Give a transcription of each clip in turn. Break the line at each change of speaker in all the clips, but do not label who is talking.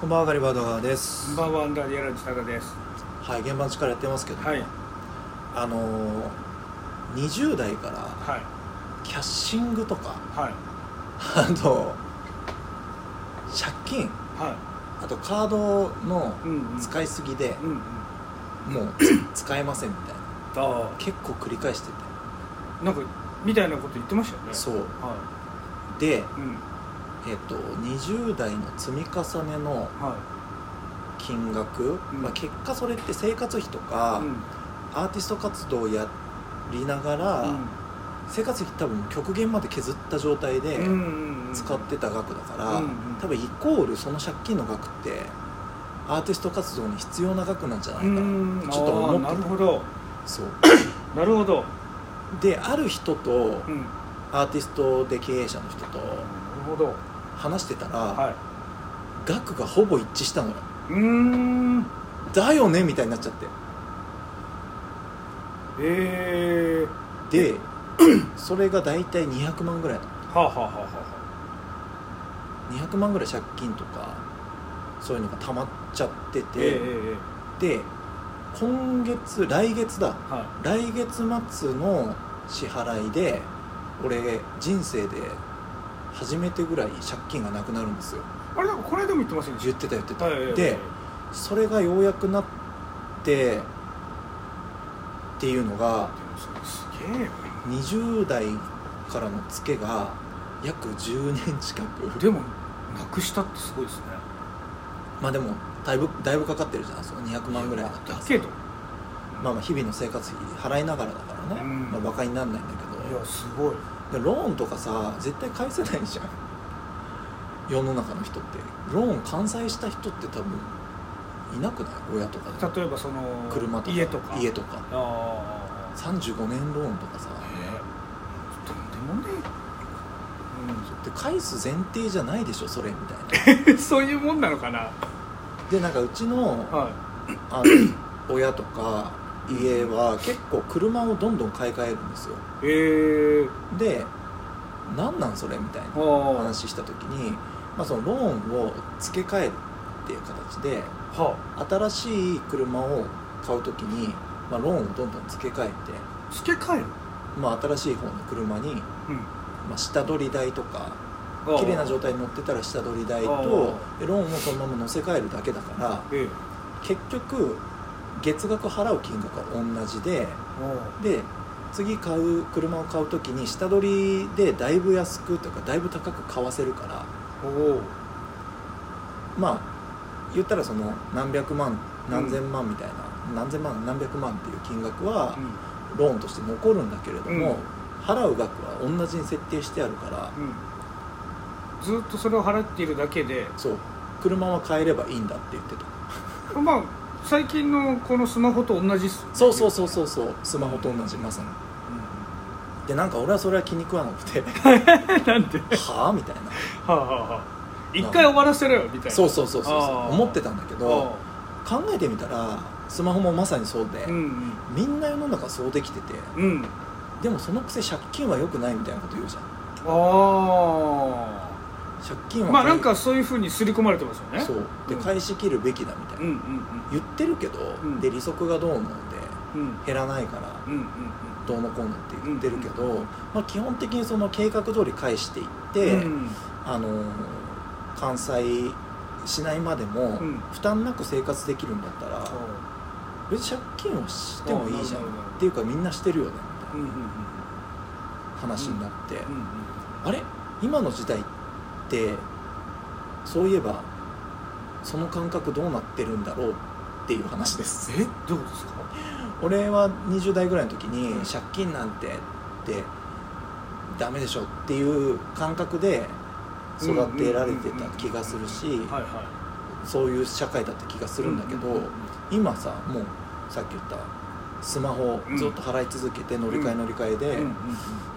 こんばんはガリバードガーで
こん
す
ばんは、アンダーリアルチタカです。
はい現場の力やってますけど、
はい、
あのー、20代から
はい、
キャッシングとか
はい、
あと借金
は
あとカードの
い、うん、うん、
使いすぎで
うん、うん、
もう使えませんみたいな
あ
結構繰り返してて
あ、なんか、みたいなこと言ってましたよね。
そう
は
で
い、うん、
えっと20代の積み重ねの
は
金額、
うん
まあ、結果それって生活費とか、
い、うん、
アーティスト活動をやりながら、生活費多分極限まで削った状態で
うん、うん、うん、
使ってた額だから、
うんうん
多分イコールその借金の額ってアーティスト活動に必要な額なんじゃないうかな、
ん、
ちょっと思って
ああなるほど、
そう
なるほど、
である人と
うん、なる
アーティストで経営者の人と
ほど、
話してたら、
は
額がほぼ一致したのよ
い、うーん、
だよねみたいになっちゃって
えー、
で それが大体200万ぐらい
はあ、はあ、はあ、は
200万ぐらい借金とかそういうのが溜まっちゃって
あ、ええ
て、
えええ
で今月来月だ
えは
来月末の支払いで俺人生で初めてぐらい借金がなくなるんですよ
い。あれ、なんか、この間も言ってませんで
言っ
して
た言って
た。
た、
はいはいはい
でそれがようやくなってっていうのが
でもそれすげえよね
20代からのツケが約10年近く
でも、なくしたってすごいですね。
まあでもだいぶだいぶかかってるじゃんその200万ぐらいだった
だ
ら
けど、
まあまあ日々の生活費払いながらだからね、
うん
まあ、バカになんないんだけ
い
ど
やすごい
でローンとかさ絶対返せないじゃん世の中の人ってローン完済した人って多分いなくない親とかで
例えばその
車とか
家とか
家とか
ああ
35年ローンとかさ
とんでもね
で返す前提じゃないでしょそれみたい な
え、うん、そういうもんなのかな
でなんかうちの
は
あの親とか家は結構車をどんどん買い替えるんですよ
いええ
で何なんそれみたいな
はあ
話した時に、まあ、そのローンを付け替えるっていう形で
は
新しい車を買う時に、まあ、ローンをどんどん付け替えて、
あ付け替える
まあ、新しい方の車に、まあ、下取り代とか
うん
綺麗な状
態
態に乗ってたら下取り代
ああ
とでローンをそのまま乗せ替えるだけだから
ええ
結局月額払う金額は同じでで次買う車を買う時に下取りでだいぶ安くというかだいぶ高く買わせるから
おお
まあ言ったらその何百万何千万みたいな、何千万何百万っていう金額は
うん
ローンとして残るんだけれども、
うん
払う額は同じに設定してあるから
うんずっとそれを払っているだ けで
そう車は買えればいいんだって言ってた
まあ最近のこのスマホと同じっすよね
そうそうそうそうそうスマホと同じまさにでなんか俺はそれは気に食わなく て
うん なんでは
はあみたいな
あはあはあ 一回終わらせろよみたいな
そうそうそうそうそう
あー
思ってたんだけど
あ
考えてみたらスマホもまさにそうで、
あうん
みんな世の中そうできてて
うんうん
でもそのくせ借金は良くないみたいなこと言うじゃん
あ
借金
あ
は
まあ
返
なんかそういうふうに刷り込まれてますよね
そうで
うん
返し切るべきだみたいな、
うんうん
言ってるけど、
ん
で利息がどうので
うんうん
減らないから
うんうん
どうのこうのって言ってるけど、まあ、基本的にその計画通り返していって、
うんうん
あのー完済しないまでも
うん
負担なく生活できるんだったら、
あ
別に借金をしてもいいじゃん
あなるほど
っていうかみんなしてるよねみたい
あうん
な
うんうん
話になって、
うん
あれ今の時代ってそういえばその感覚どうなってるんだろうっていう話です
えどういうことですか
俺は20代ぐらいの時
うん
に借金なんてってダメでしょっていう感覚で育てられてた気がするし
はいは
そういう社会だった気が
い
するんだけど、
うんうん
今さもうさっき言ったスマホをずっと払い続けて乗り換え乗り換えで、
うん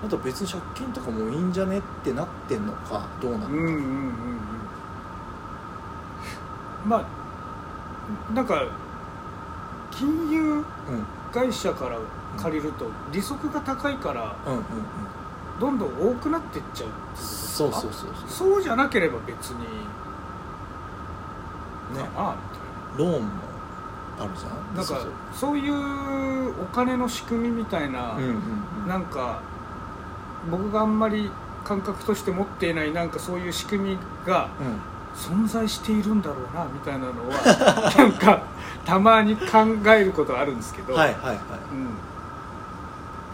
あと別に借金とかもいいんじゃねってなってんのかどうなの
うんうんうんうんうんうんまあなんか金融
うんうん
会社から借りると利息が高いから
うんうん
どんどん多くなってっちゃうってことですか
そうそうそうそう
そうじゃなければ別にな
ね
みたいな
ローンもあるじゃん
なん
そう
か
そう
そういうお金の仕組みみたいな、
うんうんうん
なんか僕があんまり感覚として持っていないなんかそういう仕組みが
うん
存在しているんだろうなみたいなの はなんかたまに考えることあるんですけど、
はいはいはい、
うん、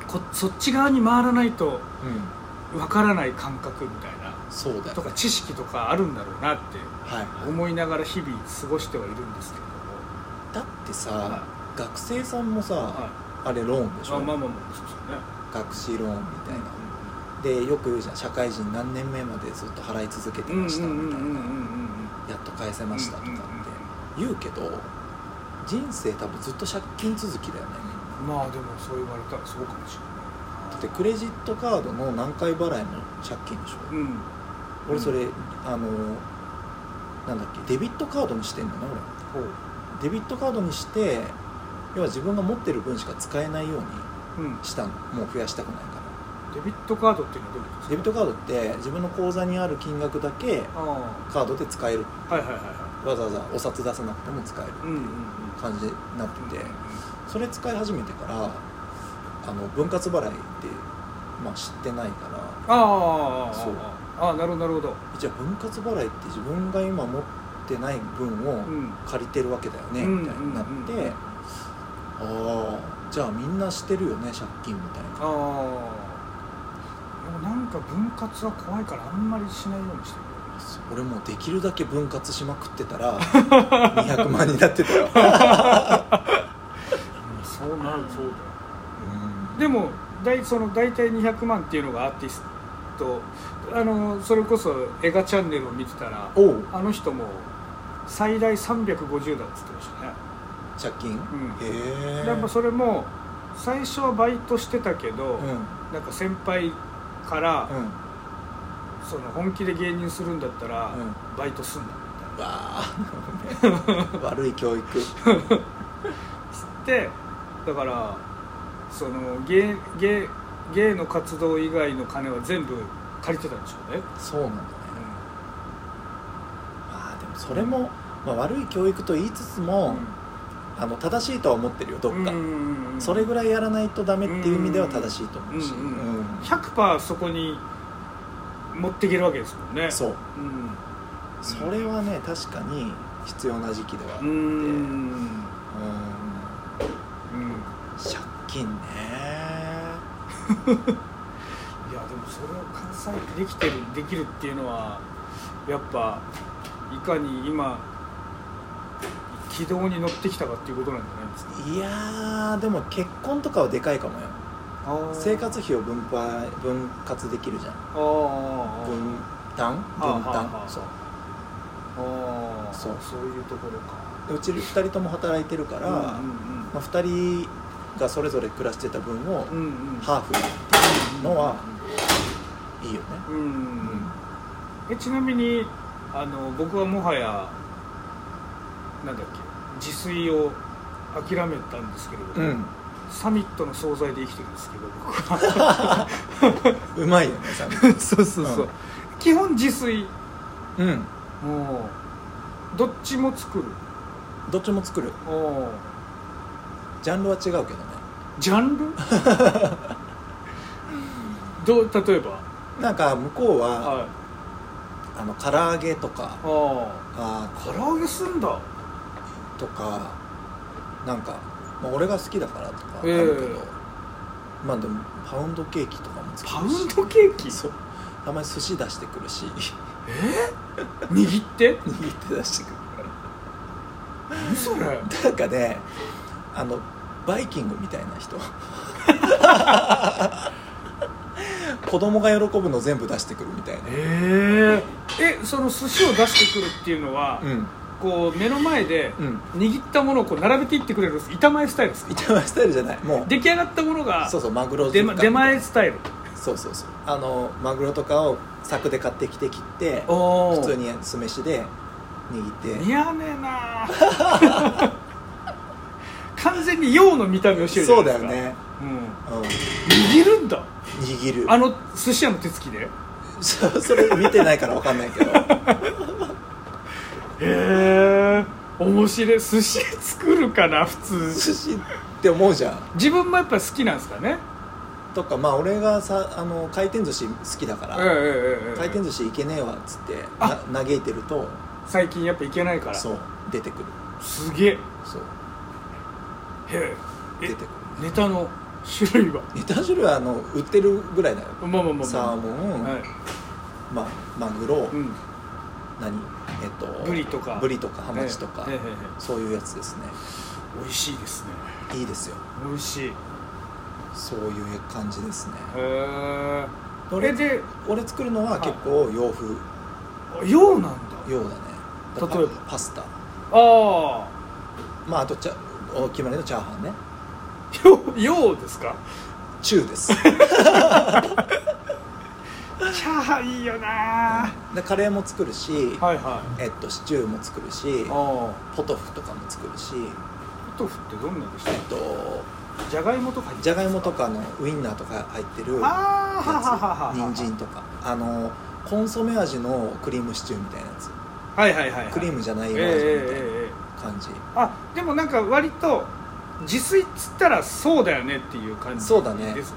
こそっち側に回らないと
うん、
わからない感覚みたいな
そうだよ、ね、
とか知識とかあるんだろうなって
はいはい
思いながら日々過ごしてはいるんですけれども
だってさ、
は
学生さんもさ、
はい
あれローンでしょ、
あまあまあまあそうですよね
学士ローンみたいな、
う
でよく言うじゃん社会人何年目までずっと払い続けて
んうん
ましたみたいな、
うん
やっと返せましたとかって言うけど人生多分ずっと借金続きだよね
まあでもそう言われたらそうかもしれない
だってクレジットカードの何回払いも借金でしょ、
うん
俺それあのなんだっけデビットカードにしてんのね
ほう
俺デビットカードにして要は自分が持ってる分しか使えないように
うん
したのもう増やしたくないから
デビットカードっていうのはどういうこと
デ
で
ビ
す
ット
か
カードって自分の口座にある金額だけ
あ
カードで使える
あはいはいはいは
わざわざお札出さなくても使える
いうんうんうん
感じになっててそれ使い始めてからあの分割払いって、まあ、知ってないから
ああ
そう
ああなるほどなるほど
じゃあ分割払いって自分が今持ってない分を
うん
借りてるわけだよね
うん
みたいになっ
うんうんう
て
ん
ああじゃあみんなしてるよね借金みたい
あ
な
あでもなんか分割は怖いからあんまりしないようにしてる
俺もうできるだけ分割しまくってた ら200万になってたよ
そうなるそうだよ
うん
でもだいその大体200万っていうのがアーティストあのそれこそ映画チャンネルを見てたら
おう
あの人も最大350だっつってましたね、
借金
うん
へえ
やっぱそれも最初はバイトしてたけど、
うんうん
なんか先輩から、その本気で芸人するんだった
う
ら、
ん
バイトすんだ
わあ 悪い教育
ってだからその芸芸芸の活動以外の金は全部借りてたんでしょうね、
そうなんだねまあでもそれも、まあ、悪い教育と言いつつも、あの正しいとは思ってるよどっか、それぐ
らい
らいやらないとダメっていう意味では正しいと思うし、
うんうん
うん
100%そこに持っていけるわけですもんね
そう
うん
それはね確かに必要な時期ではあっ
う
て
ん
うん
うん
借金ね
いやでもそれを関西でできてるできるっていうのはやっぱいかに今軌道に乗ってきたかっていうことなんじゃないですか
いやーでも結婚とかはでかいかもよ生活費を分配分割できるじゃん
あー
分担分
はあはあは
担
あ
そう
あー
そう
そういうところか
でうち2人とも働いてるから、
うん
まあ、2人がそれぞれ暮らしてた分を
うんうんうんうん
ハーフでのはいいよね
うんえちなみにあの僕はもはやなんだっけ自炊を諦めたんですけれども、サミットの惣菜で生きてるんですけど僕は
うまいよねサミ
そうそうそう、
うん
基本自炊
うん
もうどっちも作る
どっちも作る
お
ジャンルは違うけどね
ジャンル どう例えば
なんか向こうは
はい
あの唐揚げとか
あ
あ
あ唐揚げすんだ
ーとかなんか、まあ、俺が好きだからとかあるけど、
え
まあでもパウンドケーキとかも作
パウ
るし
ンドケーキ
そうたまに寿司出してくるし
握って
握って出してくる
何それ
なんかねあのバイキングみたいな 人子供が喜ぶの全部出してくるみたいな
ええその寿司を出してくるっていうのは、
うん
こう目の前で
うん
握ったものをこう並べていってくれる板前スタイルですか
板前スタイルじゃないもう
出来上がったものが
そうそうマグロ
出
と
ま
か
出前スタイル
そうそうそうあのマグロとかを柵で買ってきて切って
お
普通に酢飯で握って
似合わねえなあ 完全に洋の見た目をしてるじゃ
そ
な
うだよ
いですか
ね、う
うん、握るんだ
ん、握る
あの寿司屋の手つきでへ
そそれ見てないから分かんないけど
え面白い寿司作るかな普通
寿司って思うじゃん
自分もやっぱ好きなんですかね
とかまあ俺がさあの回転寿司好きだから、
ええええええ
回転寿司いけねえわっつって
あ
な嘆いてると
最近やっぱ行けないから
そう出てくる
すげえへ
そう
え
出
え
てくる
ネタの種類は
ネタ種類はあの売ってるぐらいだよ
まあまあまあまあ
サーモン、
はい
まあ、マグロ、
うん、
何えっと
ブリとか
ブリとかハマチとか、
えええええ
そういうやつですね
え美味しいですね
いいですよ
美味しいへ
そういう感じですね
えこ
俺
れで
俺作るのは結構洋風
ようなんだ
洋だねだから
例えば
パスタ
あ
まああとチャお決まりのチャーハンね
あようようですか
中です
チャーハンいいよな
でカレーも作るし、
はいはい
えっと、シチューも作るし
ああ
ポトフとかも作るし
ポトフってどんなでし
え
た
っと
じゃがいもとか入ってるんですか
じゃがいもとかのウインナーとか入ってるや
ああははははは
つ人参とかあのコンソメ味のクリームシチューみたいなやつ
はいはいはいはい
クリームじゃない
え
味
え
みた
え
いな
えええ
感じ
あでもなんか割と自炊っつったらそうだよねっていう感じ
そうだね
です
う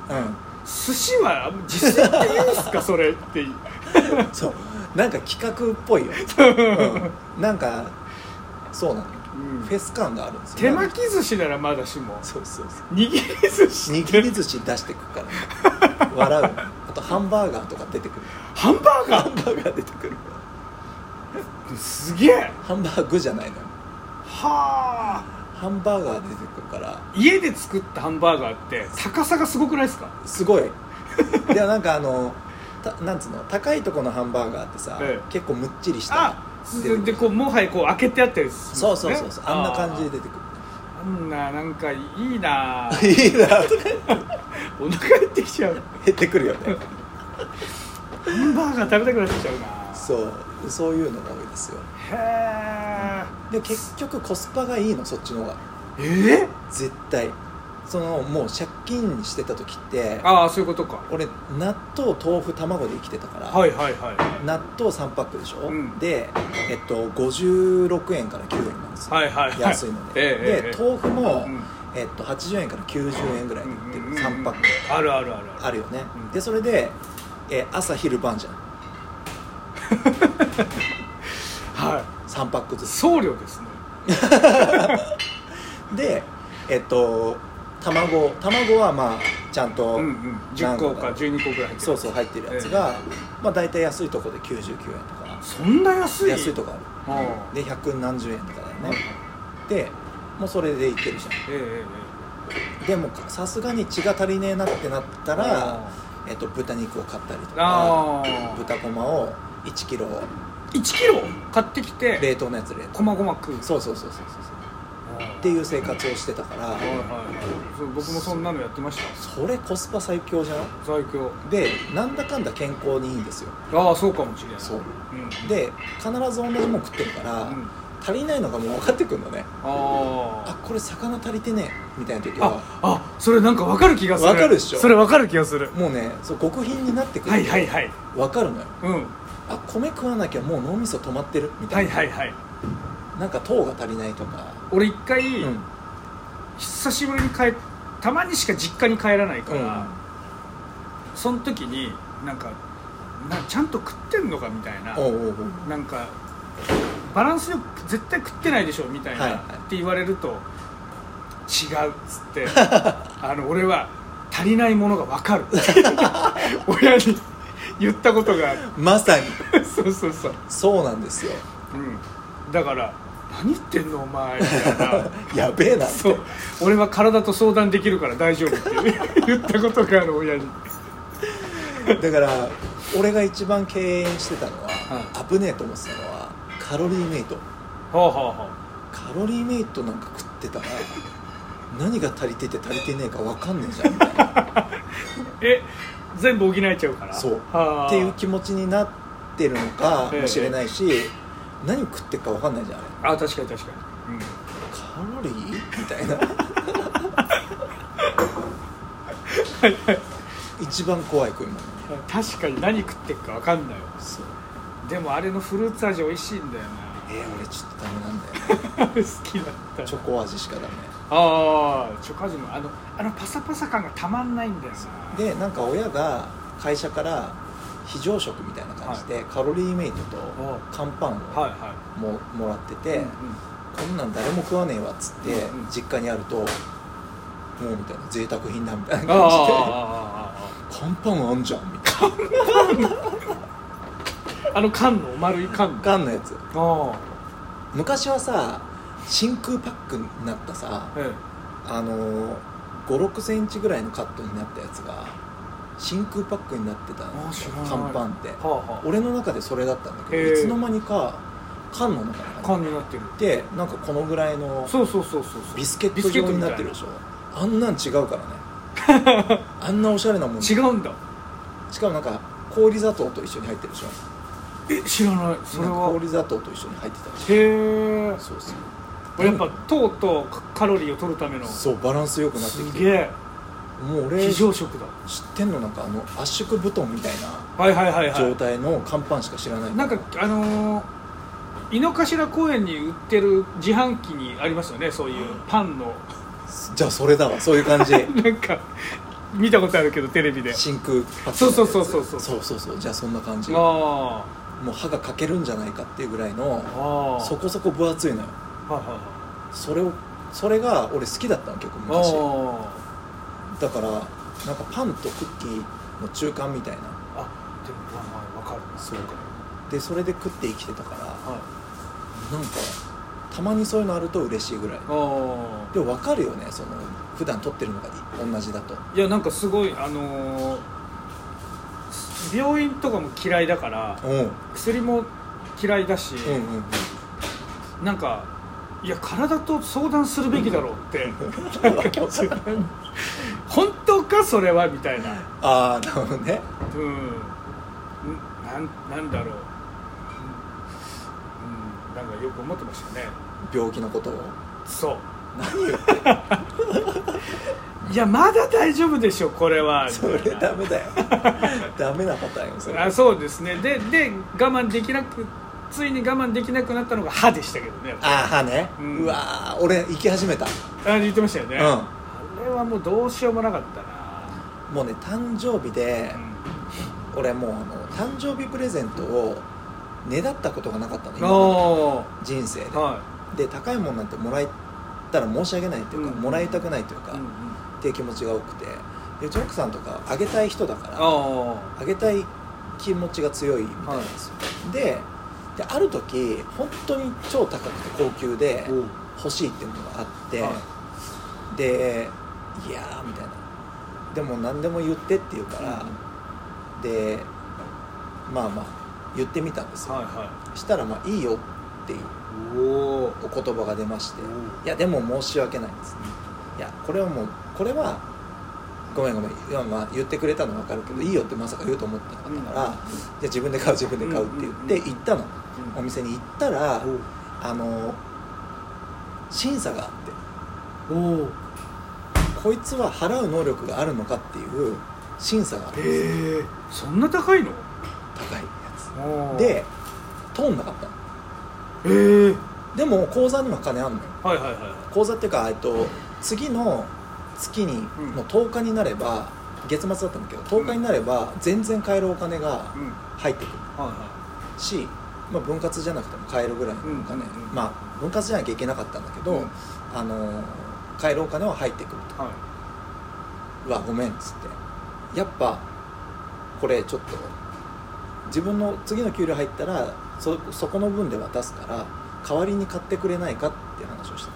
寿司は自炊って言うんすかそれって
んそうなんか企画っぽいよ、うん、なんかそうなのフェス感があるんですよ
手巻き寿司ならまだしも
そうそうそう
握り寿司って
握り寿司出してくからね笑うあとハンバーガーとか出てくる
ハンバー
ハ
ガ
ンバーガー出てくる
ーすげえ
ハンバーグじゃないのよ
はあ
ハンバーガー出てくるから
家で作ったハンバーガーって高さがすごくないですか
すごいでもなんかあのたなんつうの高いとこのハンバーガーってさ、
ええ
結構むっちりした
あ
出てくる
でこうもはやこう開けてあったりするんですね
そうそうそうそうあんな感じで出てく
あんななんかいいな
るいいなとか
お腹減ってきちゃう
減ってくるよね
ハンバーガー食べたくなっちゃうな
そうそういうのが多いですよ
へ
で結局コスパがいいのそっちの方が
ええ
絶対そのもう借金してた時って
ああそういうことか
俺納豆豆腐卵で生きてたから、
はいはいはい
納豆3パックでしょ、
うん
で、えっと、56円から9円なんですよ、
はいはいはい
安いので、
ええええ
で豆腐も、
うん
えっと、80円から90円ぐらいで売ってる、
うんうんうん
3パック
あるあるある
あるよね、
うん
でそれで、えー朝昼晩じ ゃん
は
3パック
い
ずつ
送料ですね
でえっと卵卵はまあちゃんと、
うんうん10個か12個ぐらい入ってる
そうそう入ってるやつが、まあ大体安いとこで99円とか
そんな安い
安いとこある
ああ
で百何十円とかだよね、
はいはい
でもうそれでいけるじゃん
えええええ
でもさすがに血が足りねえなってなった
え
ら、えっと、豚肉を買ったりとか
ああ
豚こまを1キロ
1キロ買ってきて
冷凍のやつで
こまごま食う
そうそうそうそうそうそうっ
っ
ていう生活をしてたから
はいはいはいそう僕もそんなのやってました
それコスパ最強じゃん
在京
でなんだかんだ健康にいいんですよ
ああそうかもしれない
そう
うん
で必ず同じもん食ってるから、
うん
足りないのがもう分かってくるのね
ああ
あこれ魚足りてねえみたいな時は
ああそれなんかわかる気がする
わかるっしょ
それわかる気がする
もうねそう極貧になってく
は
る
い
と
はいはい
分かるのよ
うん
あ米食わなきゃもう脳みそ止まってるみた
はいい
な、
はいはい
なんか糖が足りないとか
俺一回、
うん
久しぶりに帰たまにしか実家に帰らないか
うん
ら、その時になんかなちゃんと食ってんのかみたいな、
おうおうおう
なんかバランスよく絶対食ってないでしょみたいな、
はいはい
って言われると違うっつって あの俺は足りないものが分 かる親に言ったことがある
まさに
そうそうそう
そうなんですよ
うん、だから「何言ってんのお前」みたいな
やべえな
そう俺は体と相談できるから大丈夫って 言ったことがある親に
だから俺が一番敬遠してたのは、
は
危ねえと思ってたのはカロリーメイト
ほうほうほう
カロリーメイトなんか食ってたら 何が足りてて足りてねえか分かんねえじゃんみたいな
え全部補えちゃうから
そう
はあ
っていう気持ちになってるのかもしれないし、何食ってっか分かんないじゃんあれ
あ確かに確かに、うん
カロリーみたいな一番怖い食い物ね
確かに何食ってっか分かんないわ
そう
でもあれのフルーツ味美味しいんだよな
えー、俺ちょっとダメなんだよ、
あれ好きだった
チョコ味しかダメ
ああチョコ味もあのあのパサパサ感がたまんないんだよな
でなんか親が会社から非常食みたいな感じで、カロリーメイトと
あ
乾パンを
はいは
も,、もらって
い
て、こんなん誰も食わねえわっつって、
うんうん
実家にあるともうみたいな贅沢品だみたい
あ
な
ああ
感じ
あ
で乾パンあんじゃんみたい
あああの缶の丸い缶
な
あ
缶のやつ
あ
昔はさ真空パックになったさ
え
あの5 6センチぐらいのカットになったやつが真空パックになってたの
あ知らない
乾パンって
えはあは
俺の中でそれだったんだけ
へ
ど
え
いつの間にか缶の中に
あ
入っ
缶になってる
てなんかこのぐらいの
そうそうそうそうそう
ビスケット状になってるでしょあんなん違うからね あんなおしゃれなもん
違うんだ
しかもなんか氷砂糖と一緒に入ってるでしょ
え知らないそれ
なんか
は
氷砂糖と一緒に入ってたでし
へえ
ょそうそう
やっぱ糖とカロリーを取るための
そうバランスよくなってき
す
て
げえ
もう俺
非
知っ
常食だ
てんのなんかあの圧縮布団みたいな
はいはいはいは
状
い
態の乾パンしか知らない
なんかあのー井の頭公園に売ってる自販機にありますよねそういうパンの
じゃあそれだわそういう感じ
なんか見たことあるけどテレビで
真空パックのやつ
そうそうそうそうそう
そうそうそうじゃあそんな感じも
あ
う歯が欠けるんじゃないかっていうぐらいの
あああ
そこそこ分厚いのよ
はいは
それをそれが俺好きだったの結構
いはい
昔
あ
だからなんかパンとクッキーの中間みたいな
ああでもまあまあわかるな
そうかでそれで食って生きてたから
はい
なんかたまにそういうのあると嬉しいぐらい
ああ
でも分かるよねその普段撮ってるのが同じだと
いやなんかすごいあのー病院とかも嫌いだから
うんうん
薬も嫌いだし、
うんうん
なんかいや体と相談するべきだろ うって本当かそれはみたいな
ああなるほどね
うんなんなんだろううんなんかよく思ってましたね
病気のことを
そう
何言って
いやまだ大丈夫でしょこれは
そ
みた
れ
いな
ダメだよダメなパターンよそれ
あそうですねでで我慢できなくついに我慢できなくなったのが歯でしたけどね
ああ歯ね、
う
うんわー俺行き始めた、
あ言ってましたよね、あれはもうどうしようもなかったな、
うんもうね誕生日で俺もうあの誕生日プレゼントをねだったことがなかったの
うん、
今ま
お
で人生で
ーは
で高いもんなんてもらえたら申し訳ないっていうか、
うん
もらいたくないという
い、
か、
うんうん、
っていう気持ちが多くてでうちの奥さんとかあげたい人だから
ああ
あげたい気持ちが強いみたいなんですよ、でである時本当に超高くて高級で
おう
欲しいっていうのがあって、
は
でいやーみたいなでも何でも言ってって言うから、でまあまあ言ってみたんですよ、
はいは
したらまあいいよっていう
いおお
お言葉が出まして
お
いやでも申し訳ないですねいやこれはもうこれはごめんごめんいや、まあ、言ってくれたの分かるけど、いいよってまさか言うと思ってなかったから、
うん
じゃあ自分で買う自分で買うって言って
うんうん
行ったの、お店に行ったら、
おう
あの審査があって
おう
こいつは払う能力があるのかっていう審査があるんです
へえそんな高いの
高いや
おう
つで通んなかったの
へえ
でも口座には金あんのよ
はいはいは
口座っていうか、えっと、次の月に
うん
の10日になれば、月末だったんだけど10日になれば全然買えるお金が
いうん
入ってくる
は
し、まあ、分割じゃなくても買えるぐらいのお金、
うんうんうん
まあ分割じゃなきゃいけなかったんだけ
い
ど、
はい
あのー買えるお金は入ってくる
は
と「うわごめん」っつってやっぱこれちょっと自分の次の給料入ったらそそこの分で渡すから代わりに買ってくれないかって話をした
い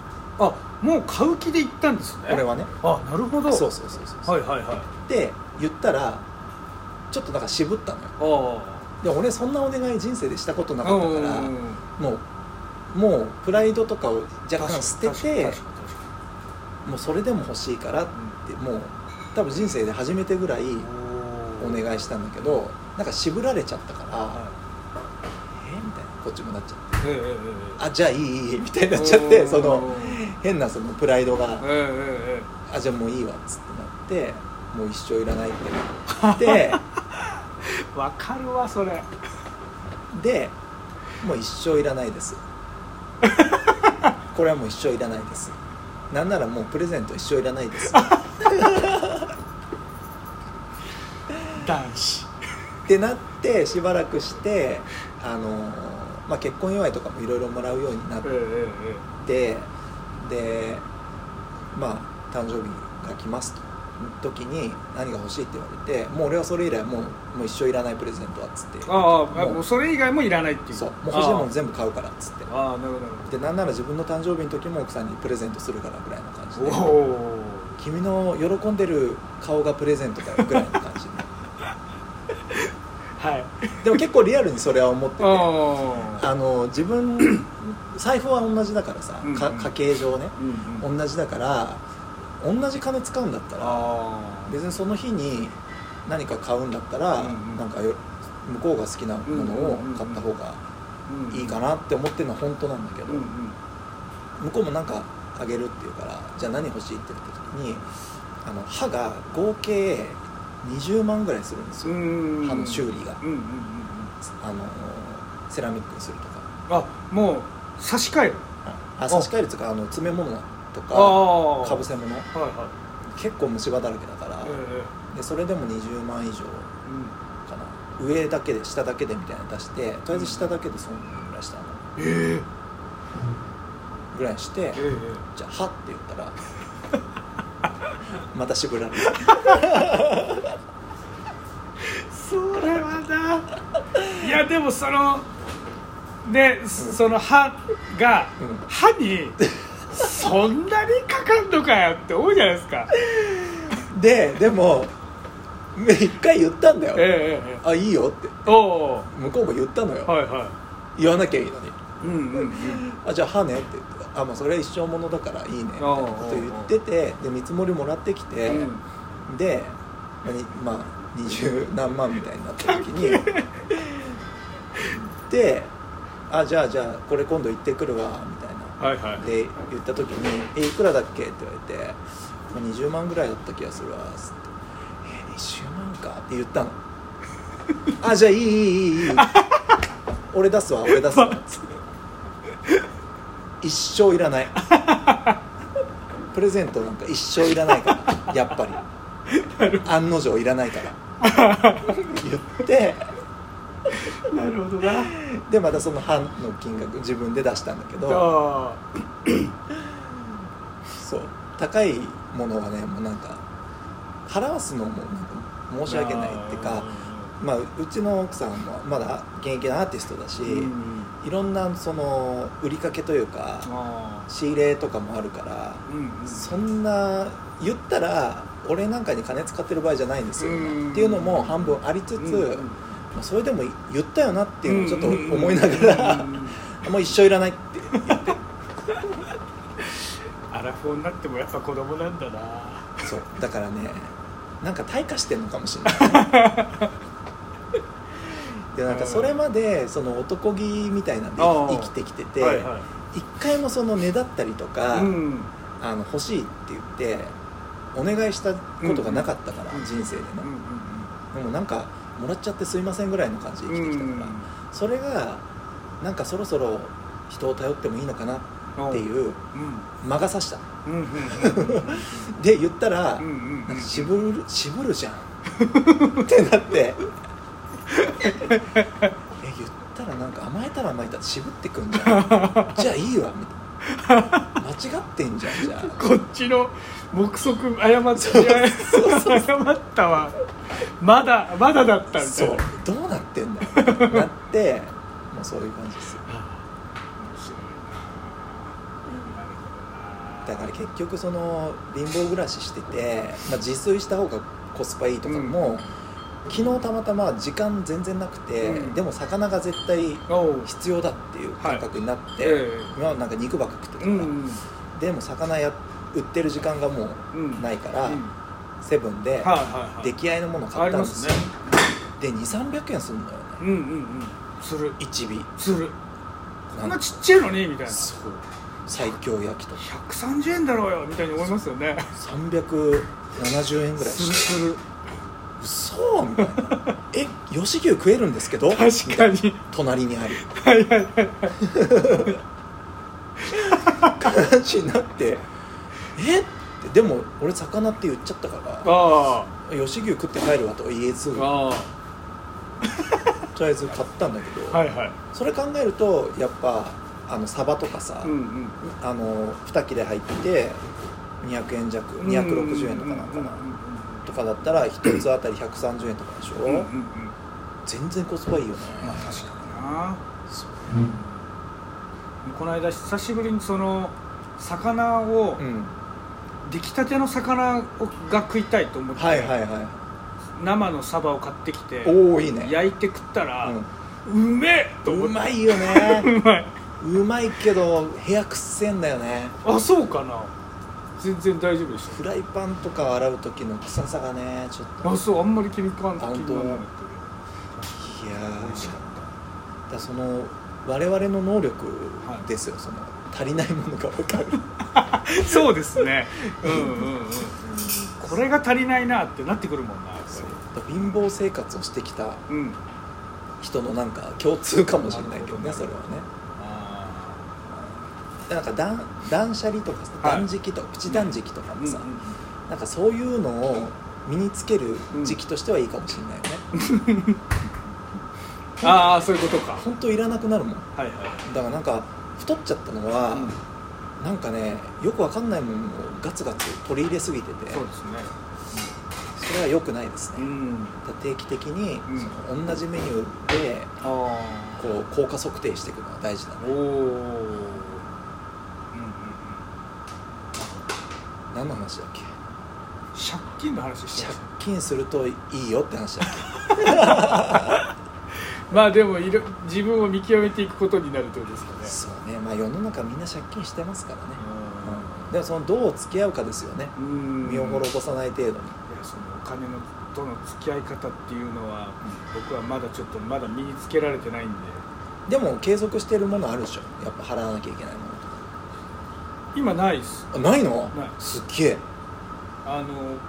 あもう買う気で行ったんですね
俺はね
あなるほど
そうそうそうそうそう
はいはいはい
って言ったらちょっとなんか渋ったのよ
あ
で俺そんなお願い人生でしたことな
あ
かったから
うん
もうもうプライドとかを若干捨てて
確かに確かに確か
もうそれでも欲しいからってもう多分人生で初めてぐらい
に
お
お
願いしたんだけどなんか渋られちゃったから、
は
えみたいなこっちもなっちゃって
いえええええ
あじゃあいいいいいいみたいになっちゃってその
え
変なそのプライドが
えええ
あじゃあもういいわっつってなってもう一生いらないってなって。
ええわかるわそれ
でもう一生いらないですこれはもう一生いらないですなんならもうプレゼント一生いらないです
男子
ってなってしばらくしてあの、まあ、結婚祝いとかもいろいろもらうようになっ
ええええ
てでまあ誕生日が来ますと時に何が欲しいって言われてもう俺はそれ以来もうもう一生いらないプレゼントはっつって
あああ
も
も
う
うそれ以外もいらないっていう
そうもう欲しいも
あ
ん全部買うからっつって
あああなるほどなる
でなんなら自分の誕生日の時も奥さんにプレゼントするからぐらいの感じ
ほ
で
どおお
君の喜んでる顔がプレゼントだよぐらいの感じで
はい
でも結構リアルにそれは思ってて
ああ
あの自分財布は同じだからさ、
うん
か
うん
家計上ね
うんうん
同じだから同じ金使うんだったら
あ
別にその日に何か買うんだったら、
うんうん
なんかよ向こうが好きなものを買った方が
あ
いいかなって思ってるのは本当なんだけど、
うんうん
向こうも何かあげるっていうからじゃあ何欲しいって言った時にあの歯が合計20万ぐらいするんですよ、
うん
歯の修理が
うんうんうんうん
あのセラミックにするとか
あもう差し替える
あ差し替えるとかあの詰め物とか
ああ
かぶせ物
はいはい
結構虫歯だらけだから
え、え
でそれでも20万以上
うん
かな上だけで下だけでみたいなの出してとりあえず下だけでそんぐらいしたの
ええ
ぐらいして
ええ
じゃあ「は」って言ったら また渋られる
それはないやでもそので、その歯が、
うん
歯にそんなにかかんのかよって思うじゃないですか
ででもね一回言ったんだよ、
えええええ
あいいよって
えおお
向こうも言ったのよ、
はいは
言わなきゃいいのに
いうんうんうん
あじゃあ歯ねって言ってあもうそれは一生ものだからいいねみたいなこと言っててで見積もりもらってきて、
うん
で、まあにまあ、二十何万みたいになった時 にであじゃあじゃあこれ今度行ってくるわみたいな
はいはい
で言った時に「えいくらだっけ?」って言われてまあ「20万ぐらいだった気がするわ」つって「え20万か?」って言ったの「あじゃあいいいいいいいい俺出すわ俺出すわ」つって一生いらないプレゼントなんか一生いらないからやっぱり案の定いらないから言って
なるほどな
でまたその半の金額自分で出したんだけど
あ
そう高いものはねもうなんか払わすのもなんか
あ
申し訳ないっていうかまあ、うちの奥さんもまだ現役のアーティストだし、
うん
いろんなその売りかけというか
あ
仕入れとかもあるから
ーうんうん
そんな言ったら俺なんかに金使ってる場合じゃないんですよ、
うん
っていうのも半分ありつつ、
うんうん
まあそれでも言ったよなっていうのをちょっと
うんうん
思いながら、
うんう ん
もう一生いらないって
アラフォーになってもやっぱ子供なんだな
そうだからねなんか退化してんのかもし れないでなんかそれまでその男気みたいなんで
あー
生きてきてて、
はいは
一回もそのねだったりとか、
いうん
あの欲しいって言ってお願いしたことがなかったから、
うんうん
人生でね、
うんうん
でもなんかもらっちゃってすいませんぐらいの感じで生きてきたから、それがなんかそろそろ人を頼ってもいいのかなって
う
いう
うん
魔が差した
うんうん
で言ったら、
うんうんうん
渋る渋るじゃんってなってえ言ったらなんか甘えたら甘えたら渋ってくんじゃんじゃあいいわみたいな間違ってんじゃんじゃあ
こっちの目測誤っ誤ったわまだまだだったん
そう
だ
どうなってんだよってなってもうそういう感じですよだから結局その貧乏暮らししてて、まあ、自炊した方がコスパいいとかも、昨日たまたま時間全然なくて、
うん
でも魚が絶対
おう
必要だっていう感覚になって、
え
今はなんか肉ばっか食ってたか
えう
ら、
んうん
でも魚や売ってる時間がもう
うん
ないから、
うん
セブンで
はいはいはい
出来合いのもの
あ
買っ
り
たん
ま
ですす
ね
よで2300円するのよね
うんうんうんする
1尾
するこ
なんん
な
か
ちっちゃいのにみたいな
そう最強焼きとか
130円だろうよみたいに思いますよね
370円ぐらい
す
し
る
て
する
嘘みたいなえ吉牛食えるんですけど
確かに
隣にあり
はいはいはい
って話になって「えっ?」てでも俺魚って言っちゃったから
あ
「吉牛食って帰るわ」とは言えず
あ
とりあ
あ
えず買ったんだけど、
あはいはい
それ考えるとやっぱあのサバとかさ、
うんうん
あの2切れ入って200円弱260円とかなんかな、とかだったら1つあたり130円とかでしょ、
うんうんうんうん
全然コスパいいよね、
まあ確かにな
そう
この間久しぶりにその魚を、
うん、
出来たての魚をが食いたいと思って、
はいはいは
生のサバを買ってき
い
て
おおいいね
焼いて食ったら、う
う
めえと
ん、
思
う
って
まいよね
うまいう
まいけど部屋くっせえんだよね
あそうかな全然大丈夫でし
フライパンとか洗う時の臭さがねちょったと
あそうあんまり気に食わん気
あ本
に
当
食わない
いや
けど
ー
美味しかった
だからその我々の能力ですよ、その足りないものが分かる
そうですね。うんうんうん。これが足りないなってなってくるもんな。やっぱ
そうだから貧乏生活をしてきた
りうん。
人のなんか共通かもしれないけどねそれはね
あ
なんか断断捨離とかさ
はい
断食とか、プチ断食とか
あ
もさ、なんかそういうのを身につける時期としてはいいかもしれないよね、
ああそういうことか。
本当いらなくなるもんだ
はいは
からなんか太っちゃったのは、
い。
なんかねよくわかんないものをガツガツ取り入れすぎてて
そうですね。
それは良くないです
う
ね、
ん。
だから定期的に、
うん
その同じメニューで
ああ。
こう効果測定していくのは大事だ
お
ね
お。うんうん
何の話だっけ
うん。借金の話して
借
ます。
金するといいよって話だっ
まあでもいろ自分を見極めていくことになるってこと ですかね
け。そうねまあ世の中みんな借金してますからね、うん
で
でもそのどう付き合うかですよね
うん
身を滅ぼさない程度に
いやそのお金のとの付き合い方っていうのは、僕はまだちょっとまだ身につけられてないんで
でも継続してるものあるでしょやっぱ払わなきゃいけないものとか
今ないです
あないの
ない
すっげえ
あの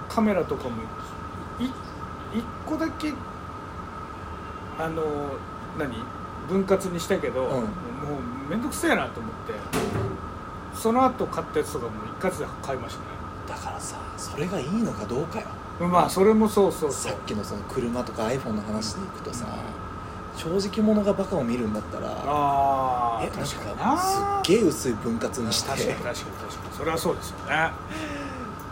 カメラとかもい一個だけあの何分割にしたけ
う
ど、
ん
もう面倒くせえなと思ってその後買ったやつとかも一括で買いましたね
だからさそれがいいのかどうかよ
まあそれもそうそうそ
さ
う
っきのその車とか iPhone の話でいくとさ正直者がバカを見るんだったら
ああ
えなん
確かに
か
な
すっげえ薄い分割にし
確か
て
に確かに確かにそれはそうですよね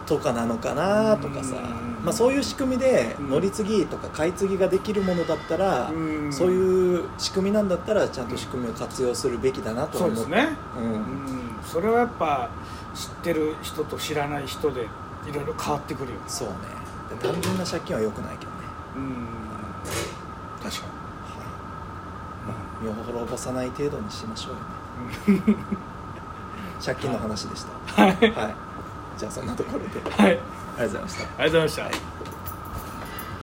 とかなのかなとかさ
うん
まあそういう仕組みで
うん
乗り継ぎとか買い継ぎができるものだったら
うん
そういう仕組みなんだったらちゃんと仕組みを活用するべきだなとは
そうで
思う
すね
うん
うんそれはやっぱ知ってる人と知らない人でいろいろ変わってくるよね
そうね単純な借金は良くないけどね、
うん確か
はい、身を滅ぼさない程度にしましょうよね借金の話でしたはい、じゃあそんなところであり
には
が
い
とうございました
ありがとうございました